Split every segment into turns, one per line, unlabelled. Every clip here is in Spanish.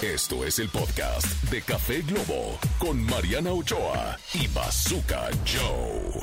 Esto es el podcast de Café Globo con Mariana Ochoa y Bazooka Joe.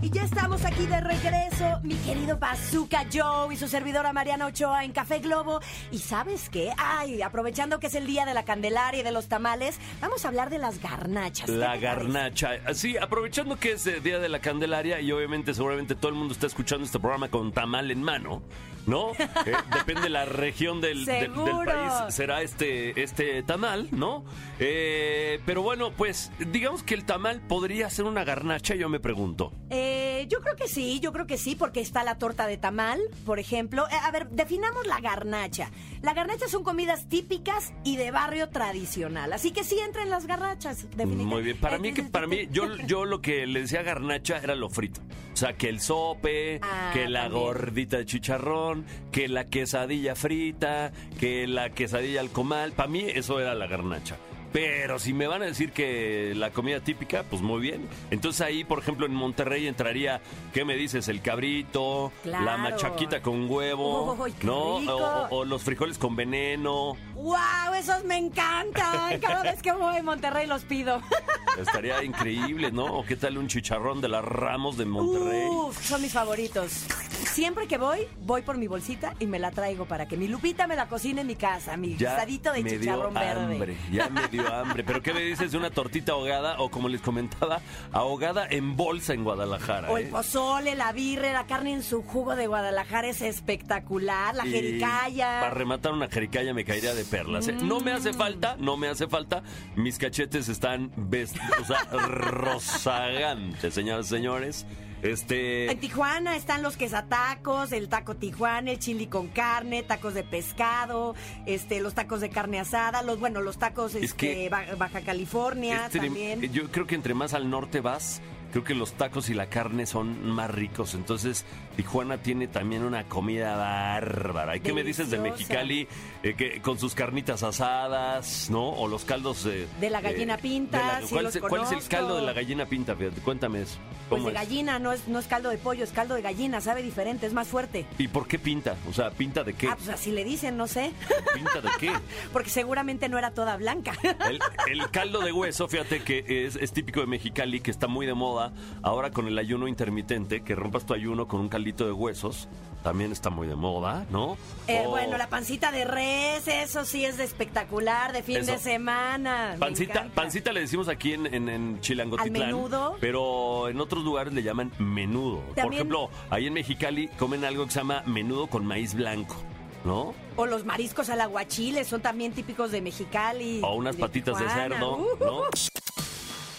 Y ya estamos aquí de regreso, mi querido Bazooka Joe y su servidora Mariana Ochoa en Café Globo. ¿Y sabes qué? Ay, aprovechando que es el día de la Candelaria y de los tamales, vamos a hablar de las garnachas. ¿Qué
La
te parece?
garnacha. Ah, Sí, aprovechando que es eh, Día de la Candelaria y obviamente seguramente todo el mundo está escuchando este programa con tamal en mano, ¿no? Eh, depende de la región del, del- del
Seguro.
país, será este, este tamal, ¿no? Eh, pero bueno, pues digamos que el tamal podría ser una garnacha, yo me pregunto.
Eh, yo creo que sí, yo creo que sí, porque está la torta de tamal, por ejemplo. Eh, a ver, definamos la garnacha. La garnacha son comidas típicas y de barrio tradicional, así que sí entran las garnachas, definitivamente.
Muy bien, para mí que para mí yo yo lo que le decía garnacha era lo frito. O sea, que el sope,
Ah,
que la
también.
gordita de chicharrón, que la quesadilla frita, que la quesadilla al comal, para mí eso era la garnacha. Pero si me van a decir que la comida típica, pues muy bien. Entonces ahí, por ejemplo, en Monterrey entraría, ¿qué me dices? El cabrito, la
Claro.
machaquita con huevo,
Uy, qué
¿no?
rico.
O- o- o los frijoles con veneno.
¡Wow! Esos me encantan. Cada vez que voy a Monterrey los pido.
Estaría increíble, ¿no? ¿O qué tal un chicharrón de las Ramos de Monterrey?
Uf, son mis favoritos. Siempre que voy, voy por mi bolsita y me la traigo para que mi Lupita me la cocine en mi casa, mi guisadito de
me
chicharrón
dio
verde.
hambre, ya me dio hambre. ¿Pero qué me dices de una tortita ahogada o como les comentaba, ahogada en bolsa en Guadalajara?
O el
eh?
pozole, la birre, la carne en su jugo de Guadalajara es espectacular, la
Y Para
jericaya.
rematar una jericaya me caería de perlas. ¿eh? No me hace falta, no me hace falta. Mis cachetes están best- o sea, rozagantes, señoras y señores. Este.
En Tijuana están los quesatacos, el taco Tijuana, el chili con carne, tacos de pescado, este, los tacos de carne asada, los bueno, los tacos
Es que-
este, Ba- Baja California
Este,
también.
Yo creo que entre más al norte vas, creo que los tacos y la carne son más ricos. Entonces, Tijuana tiene también una comida bárbara. ¿Y qué me dices de
Deliciosa.
Mexicali? Eh, que, con sus carnitas asadas, ¿no? O los caldos. eh,
De la gallina pinta, sí
¿cuál,
los
es, cuál es el
conozco.
caldo de la gallina pinta? Fíjate, cuéntame eso.
Pues
¿Cómo
de
es?
gallina, no es, no es caldo de pollo, es caldo de gallina, sabe diferente, es más fuerte.
¿Y por qué pinta? O sea, ¿pinta de qué?
Ah, pues así le dicen, no sé,
¿Pinta de qué?
porque seguramente no era toda blanca.
El, el caldo de hueso, fíjate que es, es típico de Mexicali, que está muy de moda ahora con el ayuno intermitente, que rompas tu ayuno con un caldito de huesos, también está muy de moda, ¿no? Oh,
Eh,
O
Bueno, la pancita de res, eso sí es de espectacular, de fin
Eso.
de semana. me
Pancita,
encanta.
pancita le decimos aquí en, en, en Chilangotitlán.
Al menudo.
Pero en otros lugares le llaman menudo. Por
También-
ejemplo, ahí en Mexicali comen algo que se llama menudo con maíz blanco, ¿no?
O los mariscos al aguachile, son también típicos de Mexicali.
O unas
de
patitas de
Tijuana,
cerdo,
uh.
¿no?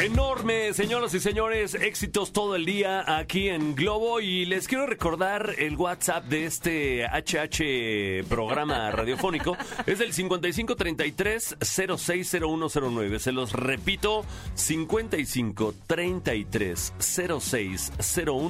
Enorme, señoras y señores, éxitos todo el día aquí en Globo y les quiero recordar el WhatsApp de este HH programa radiofónico. Es el 5533-060109. Se los repito,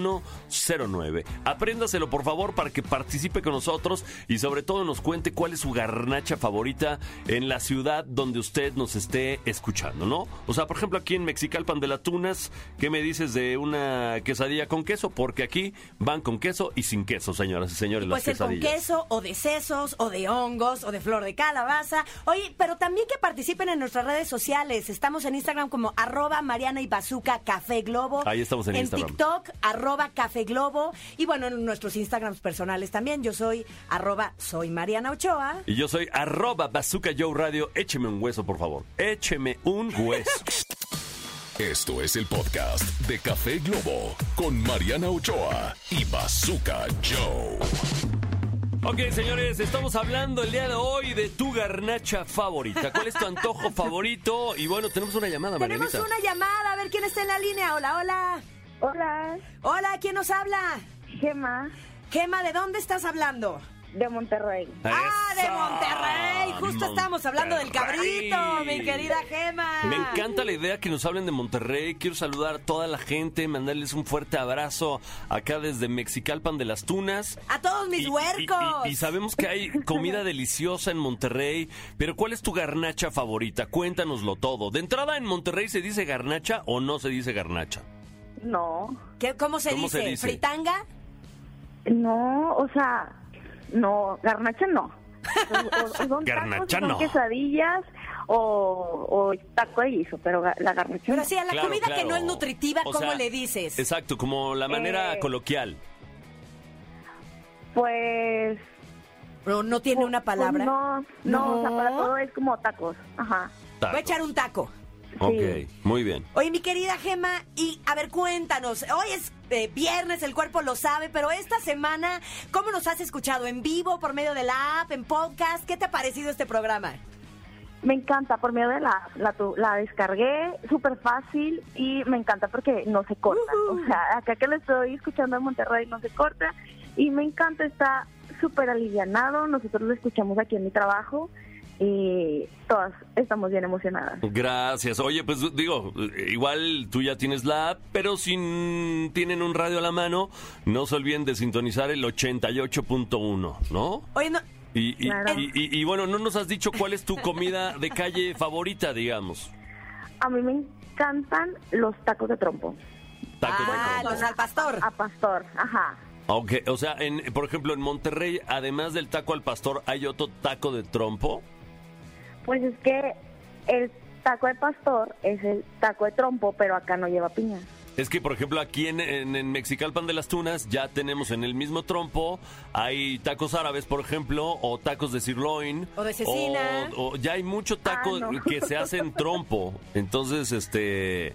5533-060109. Apréndaselo por favor para que participe con nosotros y sobre todo nos cuente cuál es su garnacha favorita en la ciudad donde usted nos esté escuchando, ¿no? O sea, por ejemplo, aquí en Mexicalpan de las Tunas, ¿qué me dices de una quesadilla con queso? Porque aquí van con queso y sin queso, señoras y señores, las
Pues el con
quesadillas.
queso, o de sesos, o de hongos, o de flor de calabaza. Oye, pero también que participen en nuestras redes sociales. Estamos en Instagram como arroba Mariana y Bazooka Café Globo.
Ahí estamos en Instagram.
TikTok, arroba Café Globo. Y bueno, en nuestros Instagrams personales también. Yo soy arroba soy Mariana Ochoa.
Y yo soy arroba Bazooka Joe Radio. Écheme un hueso, por favor. Écheme un hueso.
Esto es el podcast de Café Globo con Mariana Ochoa y Bazooka Joe.
Ok, señores, estamos hablando el día de hoy de tu garnacha favorita. ¿Cuál es tu antojo favorito? Y bueno, tenemos una llamada,
Tenemos
Marianita.
una llamada, a ver quién está en la línea. Hola, hola.
Hola,
Hola, ¿quién nos habla?
Gema,
Gema, ¿de dónde estás hablando?
de Monterrey.
Ah, de
¡Eso!
Monterrey. Justo estamos hablando del
Monterrey.
cabrito, mi querida Gema.
Me encanta la idea que nos hablen de Monterrey. Quiero saludar a toda la gente, mandarles un fuerte abrazo acá desde Mexicalpan de las Tunas.
A todos mis
Y- y-
huercos.
Y, y sabemos que hay comida deliciosa en Monterrey, pero ¿cuál es tu garnacha favorita? Cuéntanoslo todo. De entrada, en Monterrey se dice garnacha o no se dice garnacha.
No,
¿Qué- ¿Cómo se
¿Cómo
dice?
se dice?
¿Fritanga?
No, o sea, no, garnacha no. O- o- o son tacos,
Garnacha
o son
no.
quesadillas o, o taco de guiso, pero ga- la garnacha
Pero
no.
así, a la
Claro,
comida que
claro.
no es nutritiva,
O
¿cómo
sea,
le dices?
Exacto, como la manera
Eh.
coloquial.
Pues...
¿O no tiene una
pues
palabra?
no, no, o sea,
No.
para todo es como tacos. Ajá.
Voy a echar un taco.
Ok, muy bien.
Oye, mi querida Gema, y a ver, cuéntanos. Hoy es eh, viernes, el cuerpo lo sabe, pero esta semana, ¿cómo nos has escuchado? ¿En vivo, por medio de la app, en podcast? ¿Qué te ha parecido este programa?
Me encanta, por medio de la la, tu- la descargué, súper fácil y me encanta porque no se corta. O sea, acá que lo estoy escuchando en Monterrey no se corta y me encanta, está súper alivianado. Nosotros lo escuchamos aquí en mi trabajo y todas estamos bien emocionadas.
Gracias. Oye, pues digo, eh, igual tú ya tienes la app, pero si n- tienen un radio a la mano, no se olviden de sintonizar el 88.1, ¿no?
Oye, no,
Y, y-
Claro.
y- y- y bueno, no nos has dicho cuál es tu comida de calle favorita, digamos.
A mí me encantan los tacos de trompo
Tacos de
ah,
campo.
los al pastor.
a pastor, ajá.
Ok, o sea, en, por ejemplo, en Monterrey, además del taco al pastor, hay otro taco de trompo.
Pues es que el taco de pastor es el taco de trompo, pero acá no lleva piña.
Es que, por ejemplo, aquí en, en, en Mexicalpan de las Tunas ya tenemos en el mismo trompo, hay tacos árabes, por ejemplo, o tacos de sirloin.
O de cecina.
O, o ya hay mucho taco
Ah, no.
que se hace en trompo. Entonces, este...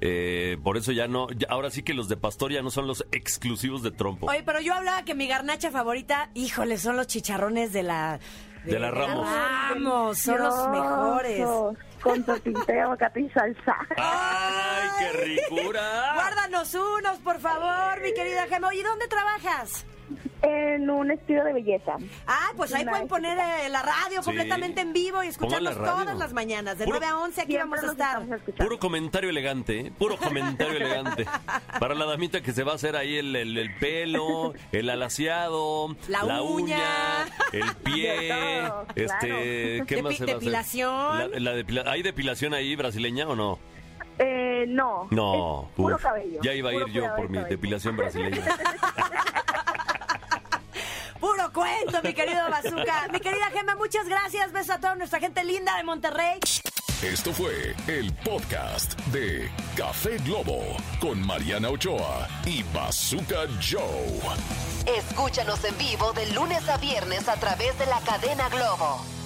eh, por eso ya no... ya- ahora sí que los de pastor ya no son los exclusivos de trompo.
Oye, pero yo hablaba que mi garnacha favorita, híjole, son los chicharrones de la...
De la Ramos.
Ramos, son los mejores.
Deliciosos, Con tortillita de aguacate y salsa.
Ah. ¡Ay, qué
Ah.
ricura!
Guárdanos unos, por favor, mi querida Gema. Oye, ¿dónde trabajas?
En un estilo de belleza.
Ah, pues ahí
Una
pueden poner eh, la radio
Sí.
completamente en vivo y
Pongan la
escucharnos
radio.
todas las mañanas. De
Puro-
9 a 11 aquí
Siempre
vamos a
los
estar.
estamos escuchando.
Puro comentario elegante, ¿eh? puro comentario elegante. Para la damita que se va a hacer ahí el, el- el pelo, el alaciado,
La uña.
el pie,
De todo,
este,
claro.
¿qué
Depi-
más se va a hacer?
depilación.
La- la depila- ¿Hay depilación ahí brasileña o no?
Eh, no.
No.
Es puro
uf,
cabello.
Ya iba a
Puro
ir yo
cuidado
por
del
mi
cabello.
depilación brasileña.
Puro cuento, mi querido Bazooka. mi querida Gema, muchas gracias. Besos a toda nuestra gente linda de Monterrey.
Esto fue el podcast de Café Globo con Mariana Ochoa y Bazooka Joe.
Escúchanos en vivo de lunes a viernes a través de la cadena Globo.